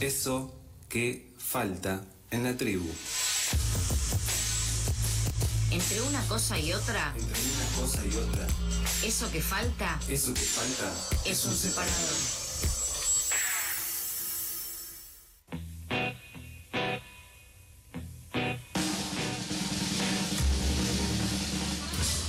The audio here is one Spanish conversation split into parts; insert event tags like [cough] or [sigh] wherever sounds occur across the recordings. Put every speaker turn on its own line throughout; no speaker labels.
eso que falta en la tribu.
Entre una cosa y otra,
Entre una cosa y otra,
eso que falta
eso que falta
es un separador.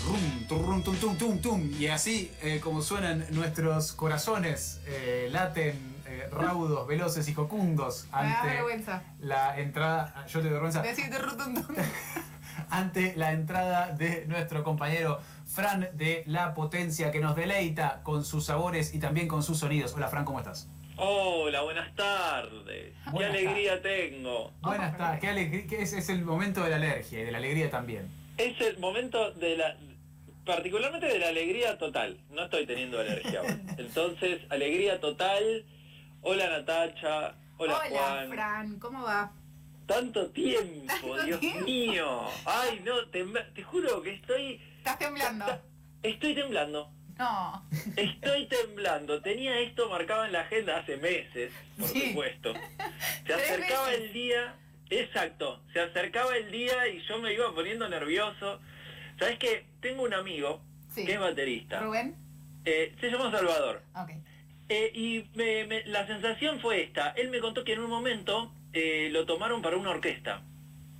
Rum, turrum, tum, tum, tum, tum. Y así eh, como suenan nuestros corazones, eh, laten eh, raudos, veloces y cocundos
Me da
ante
vergüenza.
la entrada. Yo te doy vergüenza.
Decirte rutundum.
Ante la entrada de nuestro compañero Fran de La Potencia, que nos deleita con sus sabores y también con sus sonidos. Hola, Fran, ¿cómo estás?
Hola, buenas tardes.
Buenas
Qué alegría tengo.
Buenas tardes. Qué alegría- que es, es el momento de la alergia y de la alegría también.
Es el momento de la particularmente de la alegría total. No estoy teniendo alergia ahora. Entonces, alegría total. Hola Natacha. Hola, Juan.
Fran, ¿cómo va?
Tanto tiempo,
Tanto
Dios
tiempo.
mío. Ay, no, te, te juro que estoy
¿Estás temblando?
[laughs] estoy temblando.
No.
Estoy temblando. Tenía esto marcado en la agenda hace meses, por
Sí. [laughs]
supuesto. Se
Tres
acercaba
meses.
el día, exacto, se acercaba el día y yo me iba poniendo nervioso. ¿Sabes que Tengo un amigo
Sí.
que es baterista.
¿Rubén?
Eh, se llama Salvador.
Ok.
Eh, y me- me- la sensación fue esta. Él me contó que en un momento eh, lo tomaron para una orquesta.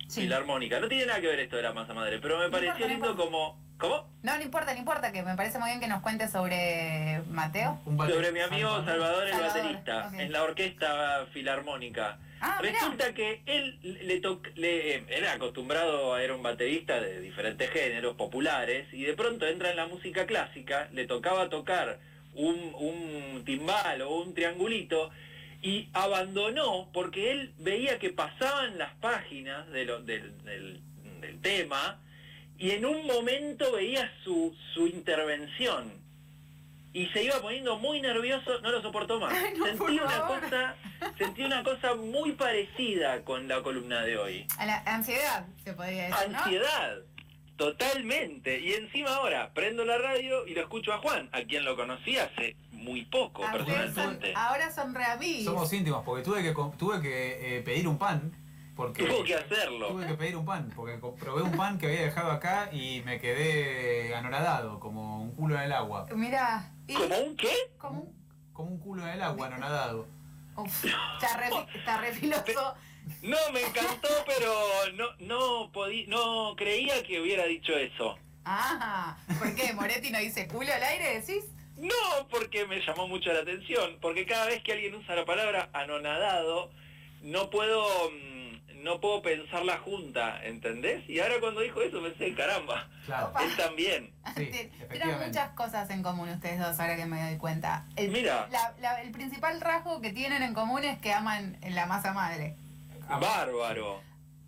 Y
Sí.
la armónica. No tiene nada que ver esto de la masa madre, pero me pareció
importa, no
lindo
importa.
como... ¿Cómo?
No, no importa, no importa, que me parece muy bien que nos cuentes sobre Mateo.
Un bate-
Sobre mi amigo Salvador el
Salvador,
baterista,
ok.
en la orquesta filarmónica.
Ah, mirá.
Resulta que él le toc- le, eh, era acostumbrado a era un baterista de diferentes géneros populares y de pronto entra en la música clásica, le tocaba tocar un, un timbal o un triangulito y abandonó porque él veía que pasaban las páginas de lo- del, del- del tema y en un momento veía su, su intervención y se iba poniendo muy nervioso, no lo soportó más.
Ay, no, por
sentí una
favor.
cosa, sentí una cosa muy parecida con la columna de hoy.
A la ansiedad, se podría decir, ¿no?
Ansiedad, totalmente. Y encima ahora prendo la radio y lo escucho a Juan, a quien lo conocí hace muy poco
Antes
personalmente.
son- ahora son re amigos.
Somos íntimos, porque tuve que, com- tuve que eh, pedir un pan. Porque
Tuvo que hacerlo.
Tuve que pedir un pan, porque co- probé un pan que había dejado acá y me quedé anonadado, como un culo en el agua.
Mira, y
¿Como un qué?
como un-
Como un culo en el agua, anonadado.
Uf, está re, está re filoso.
No, me encantó, pero no, no, podí, no creía que hubiera dicho eso.
Ah, ¿por qué? ¿Moretti no dice culo al aire, decís?
No, porque me llamó mucho la atención, porque cada vez que alguien usa la palabra anonadado, no puedo, mm, no puedo pensarla junta, ¿entendés? Y ahora cuando dijo eso pensé, caramba,
Claro.
Pa-
él también.
Sí,
Te- Tienen
efectivamente.
muchas cosas en común ustedes dos, ahora que me doy cuenta. El,
Mira.
la- la- el principal rasgo que tienen en común es que aman la masa madre. Ah.
Bárbaro.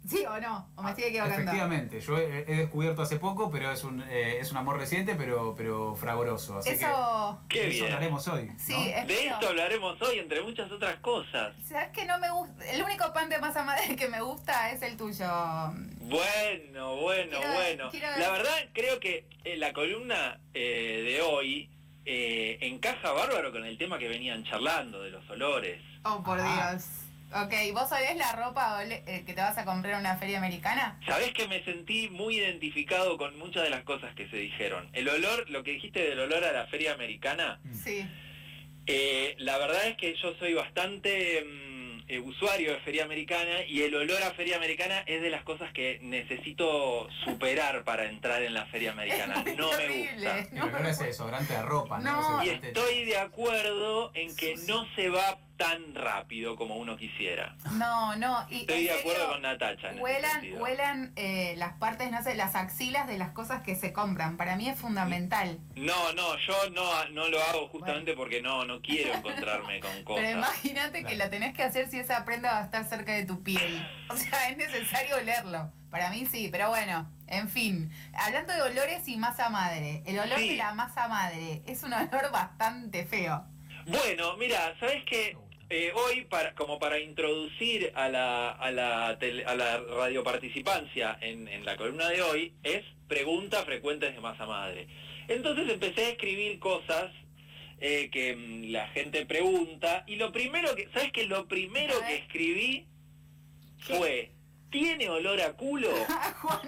¿Sí o no? ¿O me estoy equivocando?
Ah, Efectivamente, yo he, he descubierto hace poco, pero es un, eh, es un amor reciente, pero, pero fragoroso. Así
Eso...
que
Qué
de eso
bien.
hablaremos hoy. ¿no?
Sí, eh, es
De
eso.
esto hablaremos hoy, entre muchas otras cosas.
¿Sabes que no me gusta? El único pan de masa madre [laughs] que me gusta es el tuyo.
Bueno, bueno,
Quiero-
bueno.
quiero-
La verdad creo que eh, la columna eh, de hoy eh, encaja bárbaro con el tema que venían charlando de los olores.
Oh, por
Ah.
Dios. Ok, ¿vos sabés la ropa ole- eh, que te vas a comprar en una feria americana?
Sabés que me sentí muy identificado con muchas de las cosas que se dijeron. El olor, lo que dijiste del olor a la feria americana,
Mm.
Sí.
eh, la verdad es que yo soy bastante mm, eh, usuario de feria americana y el olor a feria americana es de las cosas que necesito superar para entrar en la
[laughs]
feria americana. No me gusta.
Terrible.
El olor es desodorante de ropa, ¿no?
No.
Y
Desodorante de-
estoy de acuerdo en que no se va tan rápido como uno quisiera.
No, no. Y,
Estoy
en
de acuerdo
serio,
con Natacha. en ese
Huelan,
sentido.
huelan eh, las partes, no sé, las axilas de las cosas que se compran. Para mí es fundamental.
No, no, yo no, no lo hago justamente porque no, no quiero
[laughs]
encontrarme con
Pero
cosas.
imagínate que
Claro.
la tenés que hacer si esa prenda va a estar cerca de tu piel. O sea, es necesario olerlo. Para mí sí, pero bueno, en fin. Hablando de olores y masa madre. El olor
Sí.
de la masa madre es un olor bastante feo. [laughs]
Bueno, mira, ¿sabes qué? Eh, hoy, para, como para introducir a la, a la, tele- a la radioparticipancia en, en la columna de hoy, es preguntas frecuentes de masa madre. Entonces empecé a escribir cosas eh, que mm, la gente pregunta. Y lo primero que, ¿sabes qué? Lo primero
A
que
ver.
escribí fue, ¿tiene olor a culo?
[laughs]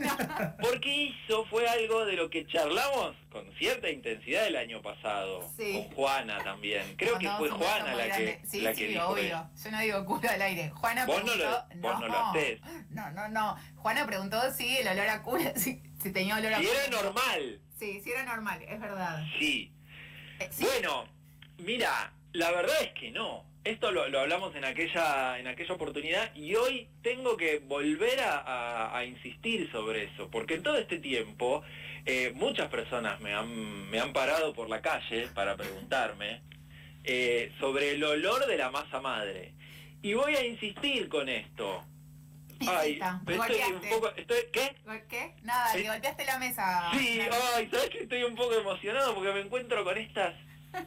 Porque hizo fue algo de lo que charlamos con cierta intensidad el año pasado.
Sí.
Con Juana también. Creo que
Mandamos
fue
un beso
Juana
muy
la que,
grande. sí,
la
sí,
que dijo
obvio.
eso.
Yo no digo culo al aire. Juana
Vos no,
preguntó.
lo, vos no lo haces.
No, no, no. Juana preguntó si el olor a culo, [laughs] si, si tenía olor a
Si
culo.
era normal,
Sí, sí era normal, es verdad.
sí.
Eh, sí,
Bueno, mira, la verdad es que no. Esto lo, lo hablamos en aquella, en aquella oportunidad y hoy tengo que volver a, a- a insistir sobre eso, porque en todo este tiempo eh, muchas personas me han, me han parado por la calle para preguntarme eh, sobre el olor de la masa madre. Y voy a insistir con esto. Ay,
Insista, me
estoy un
golpeaste.
poco... Estoy, ¿Qué?
¿Qué? Nada,
Eh,
le golpeaste la mesa.
Sí,
Claro.
ay, sabes que estoy un poco emocionado porque me encuentro con estas,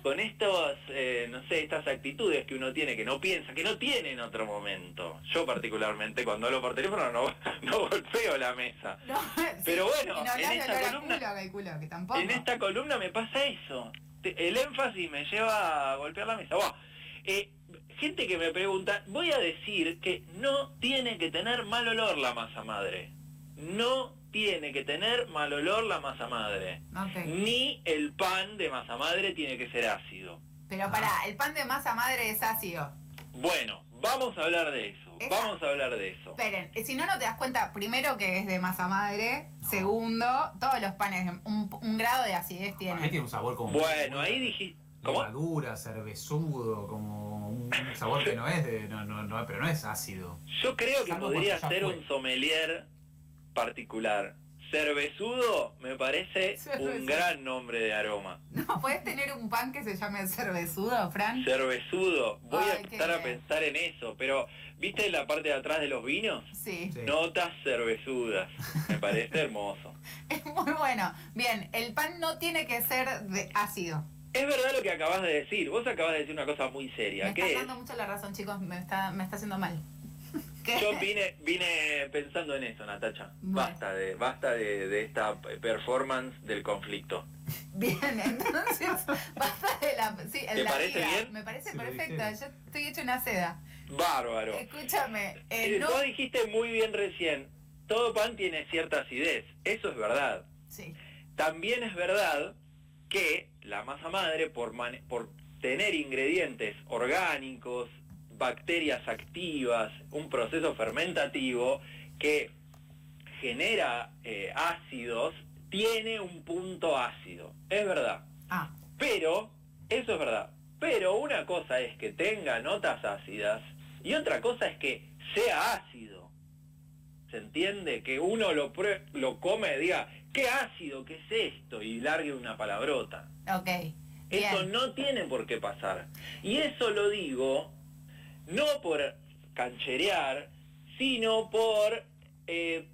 con estos, eh, no sé, estas actitudes que uno tiene, que no piensa, que no tiene en otro momento. Yo particularmente cuando hablo por teléfono no, no golpeo la mesa.
[laughs] No, sí,
Pero bueno,
y no hablas
en
de
esta
olor
columna-
a culo, calculo, que tampoco.
En esta columna me pasa eso. Te- El énfasis me lleva a golpear la mesa. Buah. Eh, gente que me pregunta, voy a decir que no tiene que tener mal olor la masa madre. No tiene que tener mal olor la masa madre.
Ok.
Ni el pan de masa madre tiene que ser ácido.
Pero
Ah.
pará, el pan de masa madre es ácido.
Bueno, vamos a hablar de eso.
Esa-
Vamos a hablar de eso.
Esperen, eh, si no, no te das cuenta, primero que es de masa madre, segundo, todos los panes, de un, un grado de
Para
acidez
mí
tienen.
tiene un sabor como.
Bueno, ahí dijiste... ¿Cómo?
Madura, cervezudo, como un sabor que no es de. No, no, no, pero no es ácido.
Yo creo que
Salvo
podría
cuando ya
ser
fue.
un sommelier particular. Cervezudo me parece un
Cervezudo.
gran nombre de aroma.
[laughs] No, ¿puedes tener un pan que se llame cervezudo, Fran?
Cervezudo, voy a
Ay, qué
empezar a
bien.
pensar en eso, pero ¿viste la parte de atrás de los vinos?
Sí.
Sí.
Notas cervezudas, me parece hermoso.
[laughs] Es muy bueno. Bien, el pan no tiene que ser de ácido.
Es verdad lo que acabas de decir, vos acabas de decir una cosa muy
Me
seria,
está
que es,
dando mucho la razón, chicos. Me está, me está haciendo mal. [laughs] ¿Qué?
yo vine, vine pensando en eso, Natacha,
Bueno.
basta de, basta de, de esta performance del conflicto.
[laughs] Bien, entonces [laughs] basta de la. Sí, en
¿Te
la
parece
vida.
bien?
Me parece
Se lo
perfecto. Yo
dijeron.
estoy hecho una seda.
Bárbaro.
Escúchame, eh,
Eh,
no.
Vos dijiste muy bien recién, todo pan tiene cierta acidez, eso es verdad.
Sí,
También es verdad que la masa madre, por, mane- por tener ingredientes orgánicos, bacterias activas, un proceso fermentativo que genera eh, ácidos, tiene un punto ácido. Es verdad.
ah,
Pero, eso es verdad. Pero una cosa es que tenga notas ácidas y otra cosa es que sea ácido. ¿Se entiende? Que uno lo, prue- lo come y diga, qué ácido, qué es esto, y largue una palabrota.
ok.
Eso
Bien.
no tiene por qué pasar. Y eso lo digo no por cancherear, sino por eh,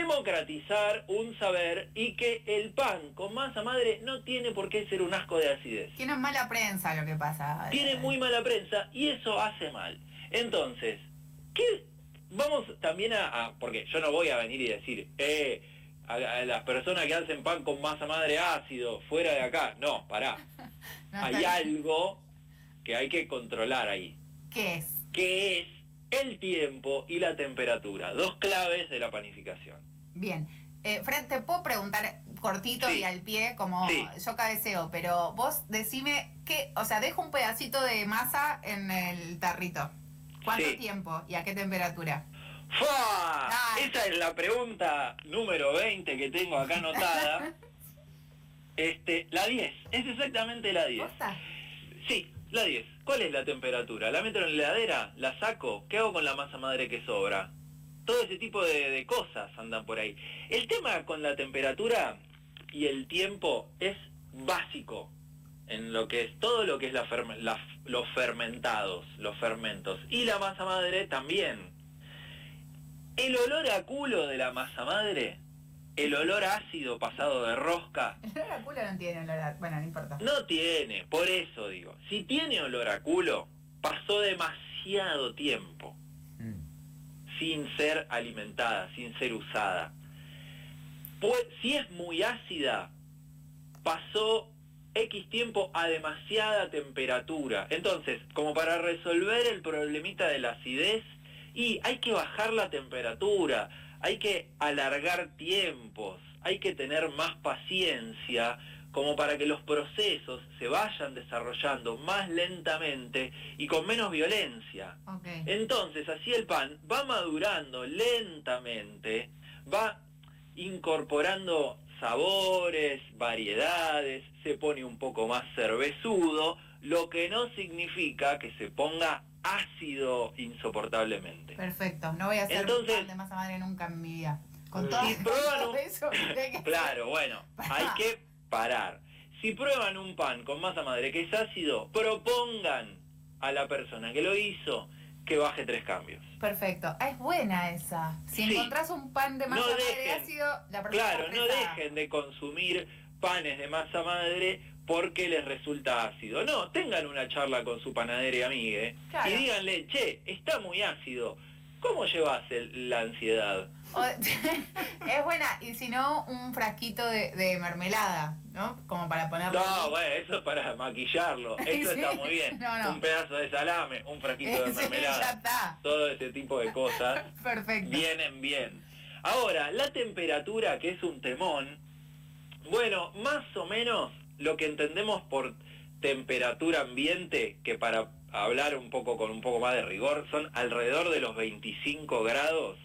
democratizar un saber y que el pan con masa madre no tiene por qué ser un asco de acidez.
Tiene mala prensa lo que pasa.
Tiene
Eh,
muy mala prensa y eso hace mal. Entonces, ¿qué? Vamos también a, a- Porque yo no voy a venir y decir, eh, a, a las personas que hacen pan con masa madre ácido, fuera de acá. No, pará
[laughs] no
hay
está-
algo que hay que controlar ahí,
¿Qué es?
que es el tiempo y la temperatura, dos claves de la panificación.
Bien. Eh, Fran, te puedo preguntar cortito
Sí.
y al pie, como
Sí.
yo cabeceo, pero vos decime qué, o sea, dejo un pedacito de masa en el tarrito. ¿Cuánto
Sí.
tiempo y a qué temperatura?
¡Fua!
Ay.
Esa es la pregunta número 20 que tengo acá
[laughs]
anotada. Este, la 10, es exactamente la 10.
¿Posta? [laughs]
Sí, la 10. ¿Cuál es la temperatura? ¿La meto en la heladera? ¿La saco? ¿Qué hago con la masa madre que sobra? Todo ese tipo de, de cosas andan por ahí. El tema con la temperatura y el tiempo es básico en lo que es todo lo que es la ferme- la- los fermentados, los fermentos. Y la masa madre también. El olor a culo de la masa madre, el olor ácido pasado de rosca,
El olor a culo no tiene olor a- Bueno, no importa.
no tiene, por eso digo. Si tiene olor a culo, pasó demasiado tiempo
Mm.
sin ser alimentada, sin ser usada. Pues, si es muy ácida, pasó X tiempo a demasiada temperatura. Entonces, como para resolver el problemita de la acidez, y hay que bajar la temperatura, hay que alargar tiempos, hay que tener más paciencia, como para que los procesos se vayan desarrollando más lentamente y con menos violencia.
Ok.
Eh. Entonces, así el pan va madurando lentamente, va incorporando sabores, variedades, se pone un poco más cervezudo, lo que no significa que se ponga ácido insoportablemente.
Perfecto. No voy a hacer
Entonces-
pan de masa madre nunca en mi vida. Con
Y
todo, con
pruébalo.
todo eso. que hay que
Claro, bueno, hay que parar. Si prueban un pan con masa madre que es ácido, propongan a la persona que lo hizo que baje tres cambios.
hacer. Perfecto. Ah, es buena esa. Si
Sí.
encontrás un pan de masa
No
madre
dejen.
ácido, la persona
Claro, no
presa.
dejen de consumir panes de masa madre porque les resulta ácido. No, tengan una charla con su panadero y amigue
Claro.
y díganle, che, está muy ácido. ¿Cómo llevas el- la ansiedad?
O- [laughs] es buena. Y si no, un frasquito de, de mermelada, ¿no? Como para ponerlo.
No, bueno, eso es para maquillarlo.
[laughs]
Eso
Sí.
está muy bien.
No, no.
Un pedazo de salame, un fraquito de
[laughs] Sí, ya
mermelada.
está.
Todo ese tipo de cosas
Perfecto.
vienen bien. Ahora, la temperatura, que es un temón, bueno, más o menos lo que entendemos por temperatura ambiente, que para hablar un poco con un poco más de rigor, son alrededor de los 25 grados,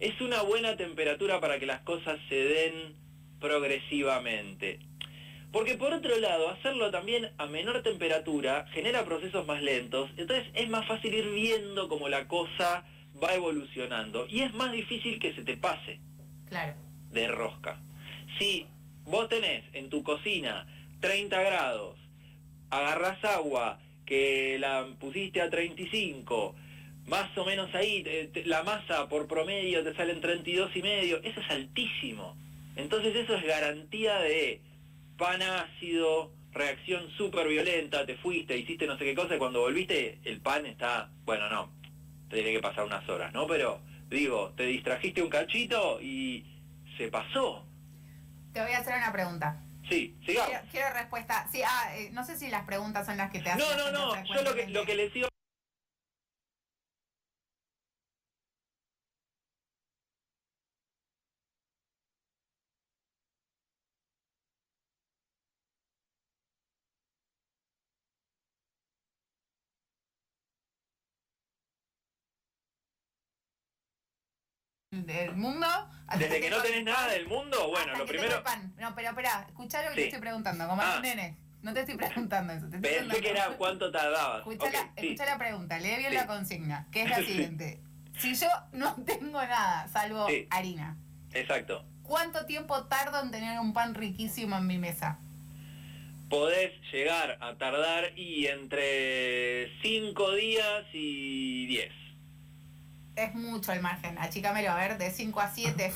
es una buena temperatura para que las cosas se den progresivamente. Porque por otro lado, hacerlo también a menor temperatura genera procesos más lentos, entonces es más fácil ir viendo cómo la cosa va evolucionando y es más difícil que se te pase
Claro.
de rosca. Si vos tenés en tu cocina 30 grados, agarrás agua que la pusiste a 35, más o menos ahí, te- te- la masa por promedio te sale en 32 y medio, eso es altísimo. Entonces eso es garantía de pan ácido, reacción súper violenta, te fuiste, hiciste no sé qué cosa y cuando volviste el pan está, bueno, no, te tiene que pasar unas horas, ¿no? Pero digo, te distrajiste un cachito y se pasó.
Te voy a hacer una pregunta.
Sí,
Quiero,
sigamos.
quiero respuesta. Sí, ah, eh, no sé si las preguntas son las que te hacen.
No, no, no, yo lo que, lo que les iba...
¿Del mundo?
Desde que no tenés nada del mundo, bueno,
Hasta
lo
que tengo
primero...
el pan. No, pero espera, escuchá lo que te
Sí.
estoy preguntando, como
Ah.
el nene. No te estoy preguntando eso. Te estoy
Pensé
preguntando.
que era cuánto tardabas.
Escuchá,
Ok,
la,
sí.
escuchá la pregunta, lee bien
Sí.
la consigna, que es la
Sí.
siguiente. Si yo no [laughs] tengo nada, salvo
Sí.
harina,
Exacto.
¿cuánto tiempo tardo en tener un pan riquísimo en mi mesa?
Podés llegar a tardar y entre 5 días y 10.
Es mucho el margen, achícamelo, a ver, de 5 a
[laughs]
7.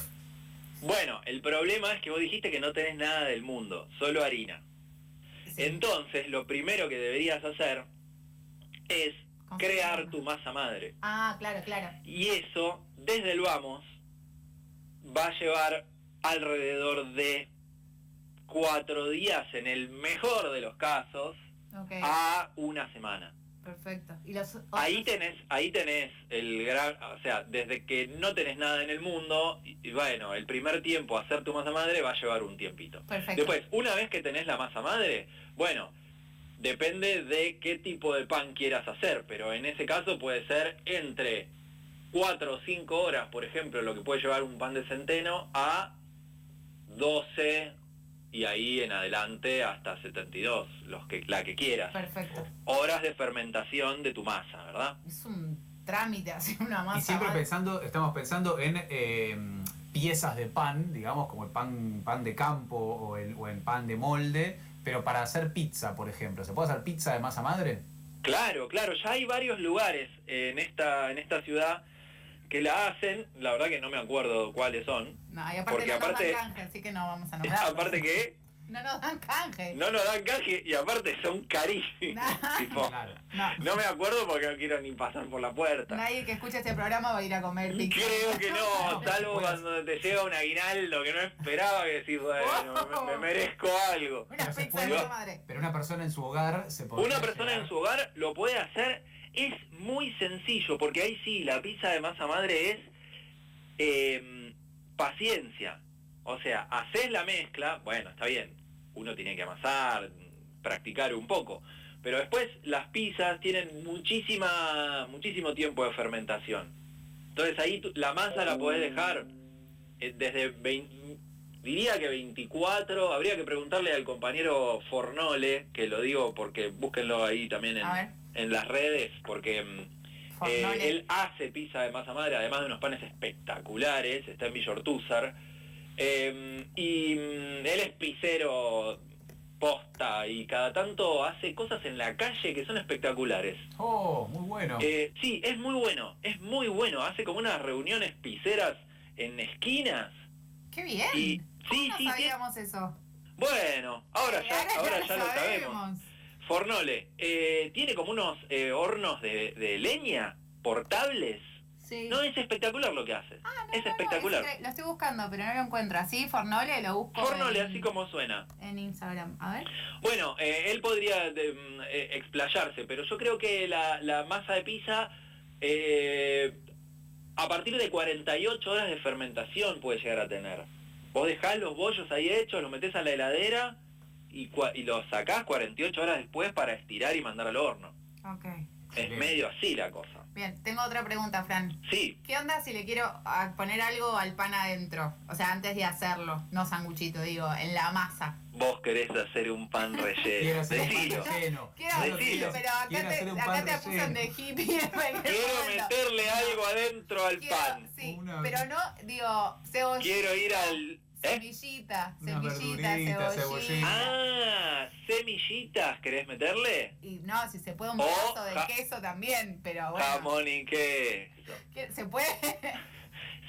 Bueno, el problema es que vos dijiste que no tenés nada del mundo, solo harina. Entonces, lo primero que deberías hacer es crear tu masa madre.
Ah, claro, claro.
Y eso, desde el vamos, va a llevar alrededor de cuatro días, en el mejor de los casos,
Ok,
a una semana.
perfecto. ¿Y los otros?
Ah. Ahí tenés, ahí tenés el gran, o sea, desde que no tenés nada en el mundo, y, y bueno, el primer tiempo hacer tu masa madre va a llevar un tiempito.
Perfecto.
Después, una vez que tenés la masa madre, bueno, depende de qué tipo de pan quieras hacer, pero en ese caso puede ser entre 4 o 5 horas, por ejemplo, lo que puede llevar un pan de centeno, a 12 y ahí en adelante hasta 72, los que, la que quieras.
Perfecto.
Horas de fermentación de tu masa, ¿verdad?
Es un trámite [laughs] hacer una masa. ¿eh?
Y siempre
madre.
pensando, estamos pensando en eh, piezas de pan, digamos, como el pan, pan de campo o, el, o en pan de molde, pero para hacer pizza, por ejemplo. ¿Se puede hacer pizza de masa madre?
Claro, claro, ya hay varios lugares eh, en esta, en esta ciudad que la hacen, la verdad que no me acuerdo cuáles son,
No, y aparte
Porque
no nos dan
aparte- [laughs]
canje, así que no vamos a nombrar.
Aparte que
No nos dan canje.
No nos dan canje y aparte son carísimos.
[laughs] Nah.
Tipo,
Claro.
No.
no me acuerdo porque no quiero ni pasar por la puerta.
Nadie que escuche este programa va a ir a comer pizza.
Creo que no,
No,
[laughs]
salvo
bueno.
cuando te llega un aguinaldo que no esperaba que decís, bueno,
[laughs]
me- me merezco algo.
Una
No se
pizza
puede.
de tu madre.
Pero una persona en su hogar se podría
Una persona
llegar-
en su hogar lo puede hacer, es muy sencillo, porque ahí sí, la pizza de masa madre es eh, paciencia. O sea, haces la mezcla, bueno, está bien, uno tiene que amasar, practicar un poco, pero después las pizzas tienen muchísima, muchísimo tiempo de fermentación. Entonces ahí tú- la masa la podés dejar eh, desde 20 diría que 24, habría que preguntarle al compañero Fornole, que lo digo porque búsquenlo ahí también en,
A ver.
en las redes, porque mm,
Fornole.
eh, él hace pizza de masa madre, además de unos panes espectaculares, está en Villortúzar. Eh, y mm, él es pizzero posta y cada tanto hace cosas en la calle que son espectaculares.
Oh, muy bueno.
Eh, sí, es muy bueno, es muy bueno. Hace como unas reuniones pizzeras en esquinas.
¡Qué bien!
Y,
¿Cómo
sí,
no
sí, sí.
sabíamos eso?
Bueno, ahora ya,
Ahora
ahora
ya
ya lo sabemos. Fornole, eh, tiene como unos eh, hornos de, de leña portables.
Sí. Ah,
No, es espectacular lo que hace. es espectacular.
No, es incre- lo estoy buscando, pero no lo encuentro. Así, Fornole, lo busco
Fornole,
en,
así como suena.
en Instagram. A ver.
Bueno, eh, él podría de- mm, eh, explayarse, pero yo creo que la, la masa de pizza, eh, a partir de 48 horas de fermentación puede llegar a tener. Vos dejás los bollos ahí hechos, los metés a la heladera y, cua- y los sacás 48 horas después para estirar y mandar al horno.
Ok.
Es
Bien.
medio así la cosa.
Bien, tengo otra pregunta, Fran.
Sí,
¿Qué onda si le quiero ah, poner algo al pan adentro? O sea, antes de hacerlo. No sanguchito, digo, en la masa.
vos querés hacer un
[laughs]
pan
Quiero
relleno.
hacer un pan
Decilo.
relleno.
Quiero
Decilo.
decirlo, pero acá
Quiero
te,
hacer un
acá
pan
te acusan
relleno.
de hippie. en cualquier
Quiero
momento.
meterle algo adentro al
Quiero-
pan.
Sí,
Una-
pero no, digo, cebollita.
Quiero ir al... ¿eh?
Semillita,
Una
semillita,
verdurita,
cebollita.
cebollita.
Ah, semillitas, ¿querés meterle?
Y no, si se puede un
O
pedazo de
Oh, ja-
queso también, pero bueno.
Jamón y queso.
¿Qué- ¿Se puede? [laughs]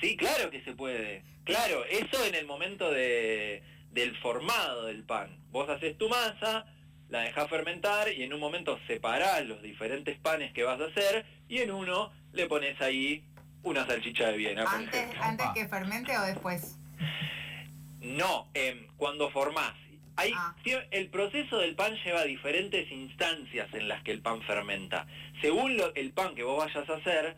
Sí, claro que se puede. Claro, eso en el momento de, del formado del pan. Vos haces tu masa, la dejás fermentar y en un momento separás los diferentes panes que vas a hacer y en uno le pones ahí una salchicha de Viena, por
antes,
ejemplo.
antes que fermente o después.
No, em, cuando formás. Hay,
Ah.
sie- El proceso del pan lleva diferentes instancias en las que el pan fermenta. Según lo- el pan que vos vayas a hacer,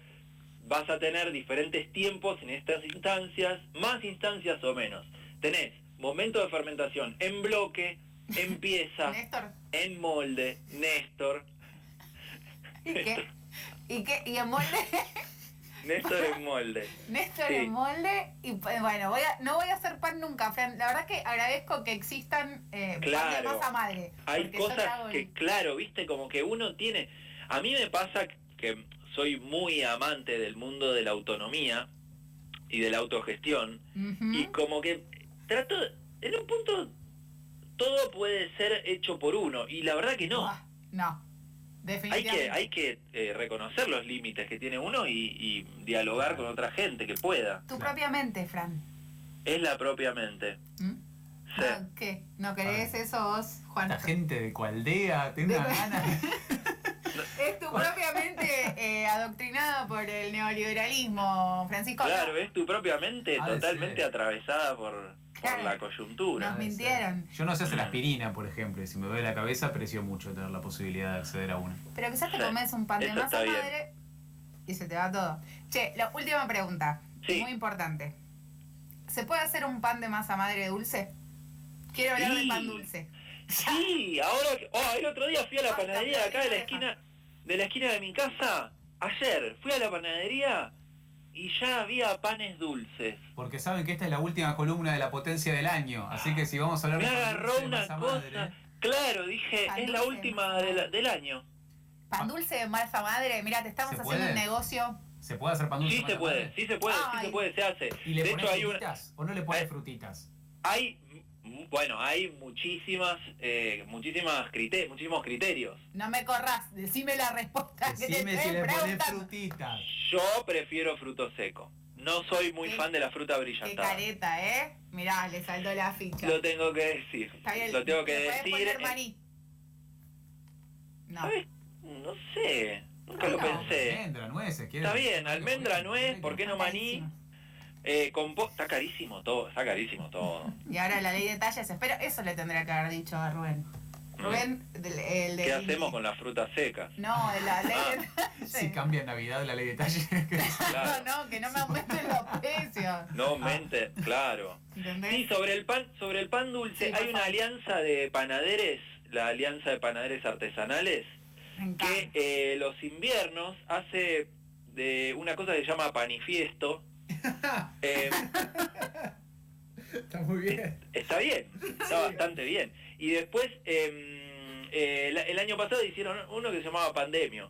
vas a tener diferentes tiempos en estas instancias, más instancias o menos. Tenés momento de fermentación en bloque, en
[laughs]
pieza,
Néstor,
en molde, Néstor,
¿y qué? ¿Y qué? ¿Y en molde? [laughs]
Néstor en molde.
Néstor
Sí.
en molde. Y pues, bueno, voy a, no voy a hacer pan nunca, Fran. La verdad que agradezco que existan eh, pan de
Claro.
masa madre.
Hay
porque yo trago
cosas
el-
que, claro, viste, como que uno tiene... A mí me pasa que soy muy amante del mundo de la autonomía y de la autogestión,
Ujú.
y como que trato, en un punto, todo puede ser hecho por uno, y la verdad que no.
Ah, no.
Hay
Definitivamente.
que, hay que eh, reconocer los límites que tiene uno y, y dialogar con otra gente que pueda.
Tu
Claro.
propia mente, Fran.
Es la propia mente.
¿Mm?
Sí.
No, ¿Qué? ¿No querés eso vos, Juan?
La gente de Cualdea tiene una
De- [laughs]
ganas. de-
Es tu propia mente eh, adoctrinada por el neoliberalismo, Francisco.
Claro, es tu propia mente
Ha de
totalmente
ser.
atravesada por, por
Claro.
la coyuntura.
Nos mintieron.
Yo no sé hacer aspirina, por ejemplo, y si me duele la cabeza, aprecio mucho tener la posibilidad de acceder a una.
Pero quizás te
Sí,
comes un pan de
eso
masa
está bien.
madre y se te va todo. Che, la última pregunta,
Sí.
muy importante. ¿Se puede hacer un pan de masa madre dulce? Quiero hablar de
Sí.
pan dulce.
Sí, ahora que- oh, el otro día fui a la
Basta,
panadería de acá de la
Florencia,
esquina de la esquina de mi casa. Ayer fui a la panadería y ya había panes dulces.
Porque saben que esta es la última columna de la potencia del año, así que si vamos a hablar
Me
de pan
agarró
dulce de
una
masa
cosa.
madre- ¿eh?
Claro, dije,
Pan
es la
dulce de
última
masa
de la-
madre.
del año.
Pan dulce de masa madre, mira, te estamos
¿Se
haciendo
puede?
un negocio.
¿Se puede hacer pan dulce?
Sí
de
se
masa
puede,
madre?
sí se puede, sí
Ay.
se puede, se hace.
¿Y le
De
pones
hecho hay una
frutitas? ¿O no le pones frutitas?
hay mm, bueno, hay muchísimas eh, muchísimas criterios, muchísimos criterios.
No me corras,
Ah,
decime la respuesta que te
Decime
estoy
si le pones
preguntando.
frutitas.
Yo prefiero fruto seco. No soy muy
Qué-
fan de la fruta
Qué
brillantada.
careta, ¿eh? Mirá, le saltó la ficha.
Lo tengo que decir.
Está bien,
Lo tengo que
le podés
decir.
poner
eh,
maní. No.
¿sabes? No sé. Nunca
Ah,
lo
no.
pensé.
Almendra, nueces, ¿quieres?
Está bien, almendra, nuez, ¿por qué no
Está
maní?
carísimo.
Eh, compo- está carísimo todo, está carísimo todo.
Y ahora la ley de tallas, espero, eso le tendría que haber dicho a Rubén. Rubén, del- el de...
Mm. ¿Qué hacemos con las frutas secas?
No, de la ley de tallas.
Si cambia en Navidad la ley de talles.
[laughs] [laughs] No,
Claro.
no, que no me aumenten
[laughs]
los precios.
No mente, claro. Sí,
¿Entendés?
sobre el pan, sobre el pan dulce,
¿Eh? Sí, por
hay una
favor.
alianza de panaderes, la alianza de panaderes artesanales,
Me encanta.
que eh, los inviernos hace de una cosa que se llama
[laughs]
panifiesto. Eh,
[laughs] Está muy bien.
está bien, está bastante bien. Y después, eh, eh, la- el año pasado hicieron uno que se llamaba pandemio.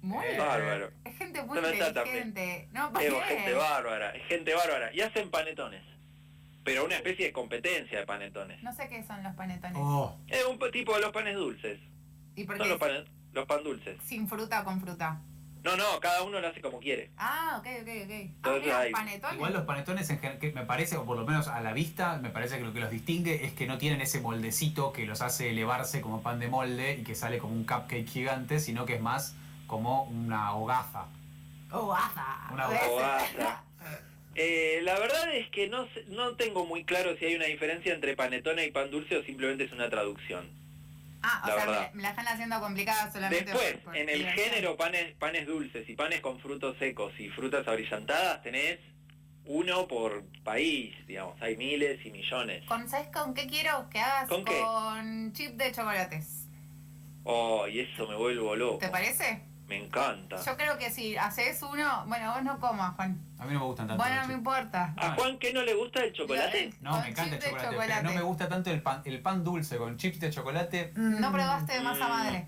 Muy
Eh,
Bárbaro.
Es gente muy
No, no está tan
inteligente. No, ¿por
Es
qué?
gente bárbara, es gente bárbara. Y hacen panetones. Pero una especie de competencia de panetones.
No sé qué son los panetones.
Oh,
Es un tipo de los panes dulces.
¿Y por
Son los,
qué?
pan, los pan dulces.
Sin fruta o con fruta.
No, no, cada uno lo hace como quiere.
Ah, ok, ok, ok. Ah,
Entonces
mira,
hay-
panetones.
igual los panetones en gen- que me parece, o por lo menos a la vista, me parece que lo que los distingue es que no tienen ese moldecito que los hace elevarse como pan de molde y que sale como un cupcake gigante, sino que es más como una hogaza.
Oh, aja.
Una
¿Ves? [laughs]
Oh, hogaza. Eh, la verdad es que no, sé- no tengo muy claro si hay una diferencia entre panetona y pan dulce o simplemente es una traducción.
Ah, o
La
sea,
verdad.
me, me la están haciendo complicada solamente.
Después,
por- por
en el
diversión.
género panes, panes dulces y panes con frutos secos y frutas abrillantadas tenés uno por país, digamos, hay miles y millones.
Con, ¿Sabes con qué quiero que hagas?
¿Con qué?
Con chip de chocolates.
Oh, y eso me vuelvo loco.
¿Te parece?
Me encanta.
Yo creo que si haces uno. Bueno, vos no comas, Juan.
A mí no me gustan tanto.
Bueno,
los
no me
chips.
importa.
¿A Juan qué no le gusta el chocolate?
No,
Con
me encanta el
chip de
chocolate, pero no me gusta tanto el pan, el pan dulce con chips de chocolate. Mm,
No probaste de masa
Mm.
madre.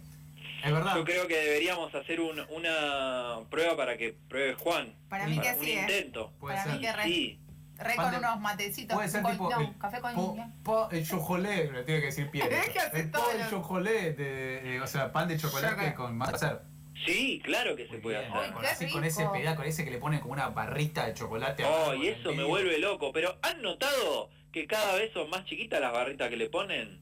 Es verdad.
Yo creo que deberíamos hacer un- una prueba para que pruebe Juan.
Para
Mm.
mí
Para
que
un
sí, ¿eh?
intento.
Puede
para
ser.
mí que re,
Sí.
re
Pan
con
de-
unos matecitos.
Puede ser
con-
tipo
no,
el
café con
po-
leche.
po- el chocolate, le tiene que decir Piero.
[laughs] Es que hace
El
todo
po el
lo-
chocolate, de- de- o sea, pan de chocolate
Chocolate.
con masa.
Sí, claro que se
Muy
puede
bien.
hacer.
Ay,
Con,
qué
así, con
rico.
ese pedazo, con ese que le ponen como una barrita de chocolate.
Oh,
abajo
y
en el
eso me
medio.
vuelve loco. Pero ¿han notado que cada vez son más chiquitas las barritas que le ponen?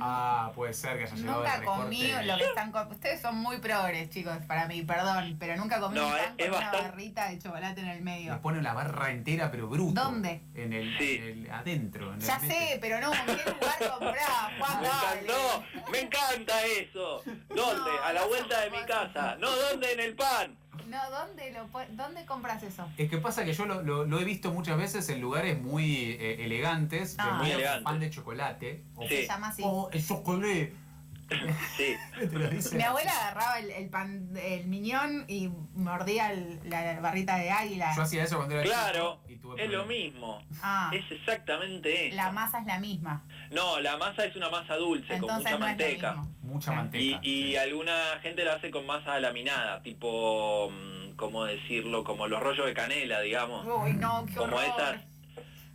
Ah, puede ser que haya llegado
Nunca
el recorte.
comí lo que están comiendo. Ustedes son muy progres, chicos, para mí, perdón, pero nunca comí
No,
un
es-
pan
es
con una
bastante-
barrita de chocolate en el
Les
medio.
pone una barra entera, pero bruto.
¿Dónde?
En el,
Sí.
en el- adentro. en
Ya
el
sé, pero no, ¿en qué lugar comprás? Juan,
Me
dale.
encantó, me encanta eso. ¿Dónde?
No,
A la
no
vuelta de
somos
mi casa. No, ¿dónde? En el pan.
No, ¿dónde, lo, po- ¿dónde compras eso?
Es que pasa que yo lo, lo- lo he visto muchas veces en lugares muy eh, elegantes,
Ah.
que
Muy
venden
elegantes.
pan de chocolate. O
Sí.
Se llama así.
Oh, el chocolate.
Sí.
Te lo dicen
Mi
así.
abuela agarraba el, el pan, el miñón y mordía el- la, la barrita de águila.
Yo hacía eso cuando era
Claro,
chico y tuve
Es lo
problemas.
mismo.
Ah,
Es exactamente eso.
la masa es la misma.
No, la masa es una masa dulce con
Entonces
mucha
no es lo
manteca.
mismo.
Mucha
Claro.
Y,
manteca.
y alguna gente la hace con masa laminada, tipo, mm, ¿cómo decirlo? Como los rollos de canela, digamos.
Uy, no, qué
Como
horror.
esas,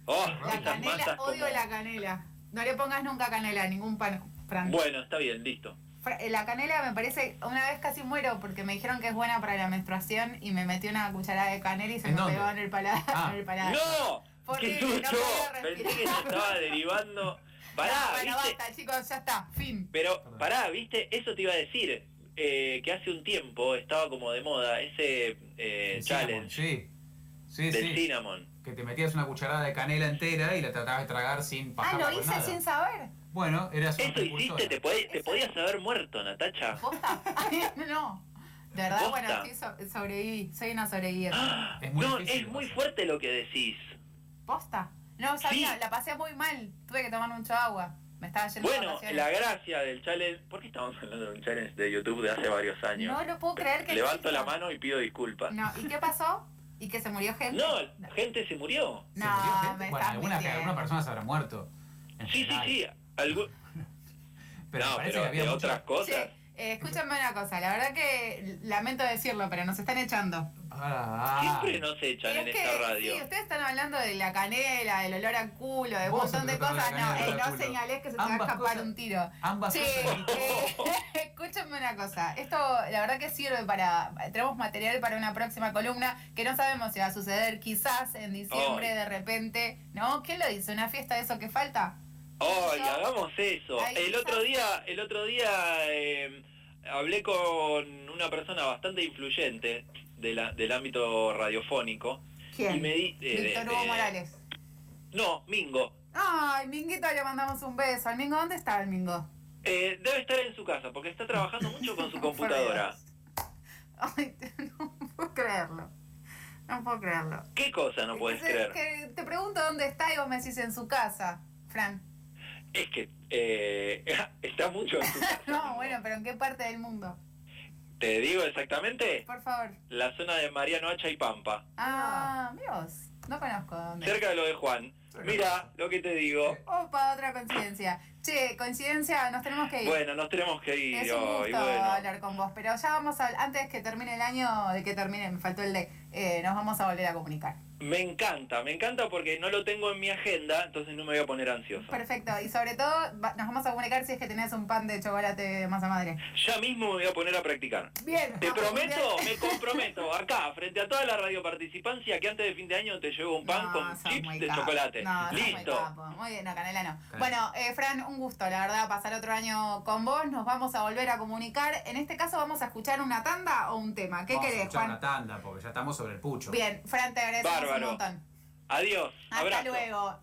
oh,
La
esas
canela,
masas
odio
como-
la canela. No le pongas nunca canela a ningún pan, Fran.
Bueno, está bien, listo.
Fra- eh, La canela me parece, una vez casi muero porque me dijeron que es buena para la menstruación y me metí una cucharada de canela y se
¿En
me
dónde?
pegó en el paladar.
Ah.
[laughs] en el paladar.
¡No!
Porque
¡Qué
no
susto!
podía
Pensé que
respirar.
se estaba derivando... Pará,
[laughs] No, bueno,
¿viste?
basta, chicos, ya está, fin.
Pero,
Perdón.
pará, ¿viste? Eso te iba a decir. eh, que hace un tiempo estaba como de moda ese eh,
El cinnamon,
challenge
Sí. Sí, sí.
del cinnamon.
Que te metías una cucharada de canela entera y la tratabas de tragar sin
Ah,
pasar
lo hice sin saber.
Bueno, eras una
Eso hiciste, te,
precursora.
podí- te
Eso-
podías haber muerto, Natacha.
¿Posta? [laughs] no. De verdad,
Posta.
bueno, sí, so- sobreviví. Soy una sobreviviente.
[gasps]
Es muy
¡Ah! No,
difícil
es muy
pasar.
fuerte lo que decís.
¿Posta? No, sabía,
Sí.
la pasé muy mal. Tuve que tomar mucho agua. Me estaba yendo de
Bueno,
vacaciones.
la gracia del challenge... ¿Por qué estamos hablando de un challenge de YouTube de hace varios años?
No lo puedo creer que
Levanto
exista.
la mano y pido disculpas.
No, ¿y qué pasó? ¿Y que se murió gente?
No, gente se murió.
¿Se
No,
murió gente?
me
Bueno,
estás
algunas, que-
mintiendo.
algunas personas se habrán muerto. en
Sí, sí,
general.
sí. algún-
Pero me
no,
parece que
pero de
había mucho-
otras cosas.
Che, Eh, escúchame una cosa, la verdad que lamento decirlo, pero nos están echando.
Ah,
Siempre nos echan
Y
en
es que,
esta radio.
Sí, ustedes están hablando de la canela, del olor a culo, de un
Vos
montón de
estás
cosas.
tratando
No,
de la canela,
eh,
olor a
no
culo.
señales que se te va a
Ambas
escapar
cosas-
un tiro.
ambas
Sí, [laughs] eh,
cosas.
escúchame una cosa. Esto, la verdad que sirve para. Tenemos material para una próxima columna que no sabemos si va a suceder. Quizás en diciembre,
Ay.
de repente. ¿No? ¿Qué lo dice? ¿Una fiesta de eso que falta?
Ay,
Yo-
hagamos eso.
Ay,
El
ya.
otro día, el otro día eh, hablé con una persona bastante influyente de la- del ámbito radiofónico y me di- eh, de-
Víctor Hugo
de-
Morales.
No, Mingo.
Ay, Minguito, le mandamos un beso. Al Mingo, ¿dónde está el Mingo?
Eh, debe estar en su casa porque está trabajando
[laughs]
mucho con su computadora.
Ay, [laughs] no puedo creerlo. No puedo creerlo.
¿Qué cosa no puedes
Entonces,
creer?
que te pregunto dónde está y vos me decís en su casa, Fran.
Es que eh, [laughs] está mucho en su casa.
[laughs]
[laughs]
No, bueno, pero ¿en qué parte del mundo?
Te digo exactamente
Por favor.
la zona de Mariano Hacha y Pampa,
Ah, Dios, no conozco dónde.
cerca de lo de Juan. Mira lo que te digo.
Opa, otra coincidencia. Che, coincidencia, nos tenemos que ir.
Bueno, nos tenemos que ir
es un gusto
hoy. Bueno.
hablar con vos, pero ya vamos a, antes que termine el año, de que termine, me faltó el de, eh, nos vamos a volver a comunicar.
Me encanta, me encanta porque no lo tengo en mi agenda, entonces no me voy a poner ansioso.
Perfecto, y sobre todo va- nos vamos a comunicar si es que tenés un pan de chocolate de masa madre.
Ya mismo me voy a poner a practicar.
Bien.
Te
vamos,
prometo,
bien.
me comprometo acá, frente a toda la radioparticipancia, que antes de fin de año te llevo un pan
No,
con
sos muy
chips de
capo.
chocolate.
No, sos muy
Listo.
capo. Muy bien, no, Canela no.
Canela.
Bueno, eh, Fran, un gusto, la verdad, pasar otro año con vos. Nos vamos a volver a comunicar. En este caso, ¿vamos a escuchar una tanda o un tema? ¿Qué
Vamos a
querés,
escuchar
Juan?
una tanda, porque ya estamos sobre el pucho.
Bien, Fran, te agradecemos
Bárbaro.
un montón.
Adiós.
Hasta
abrazo.
luego.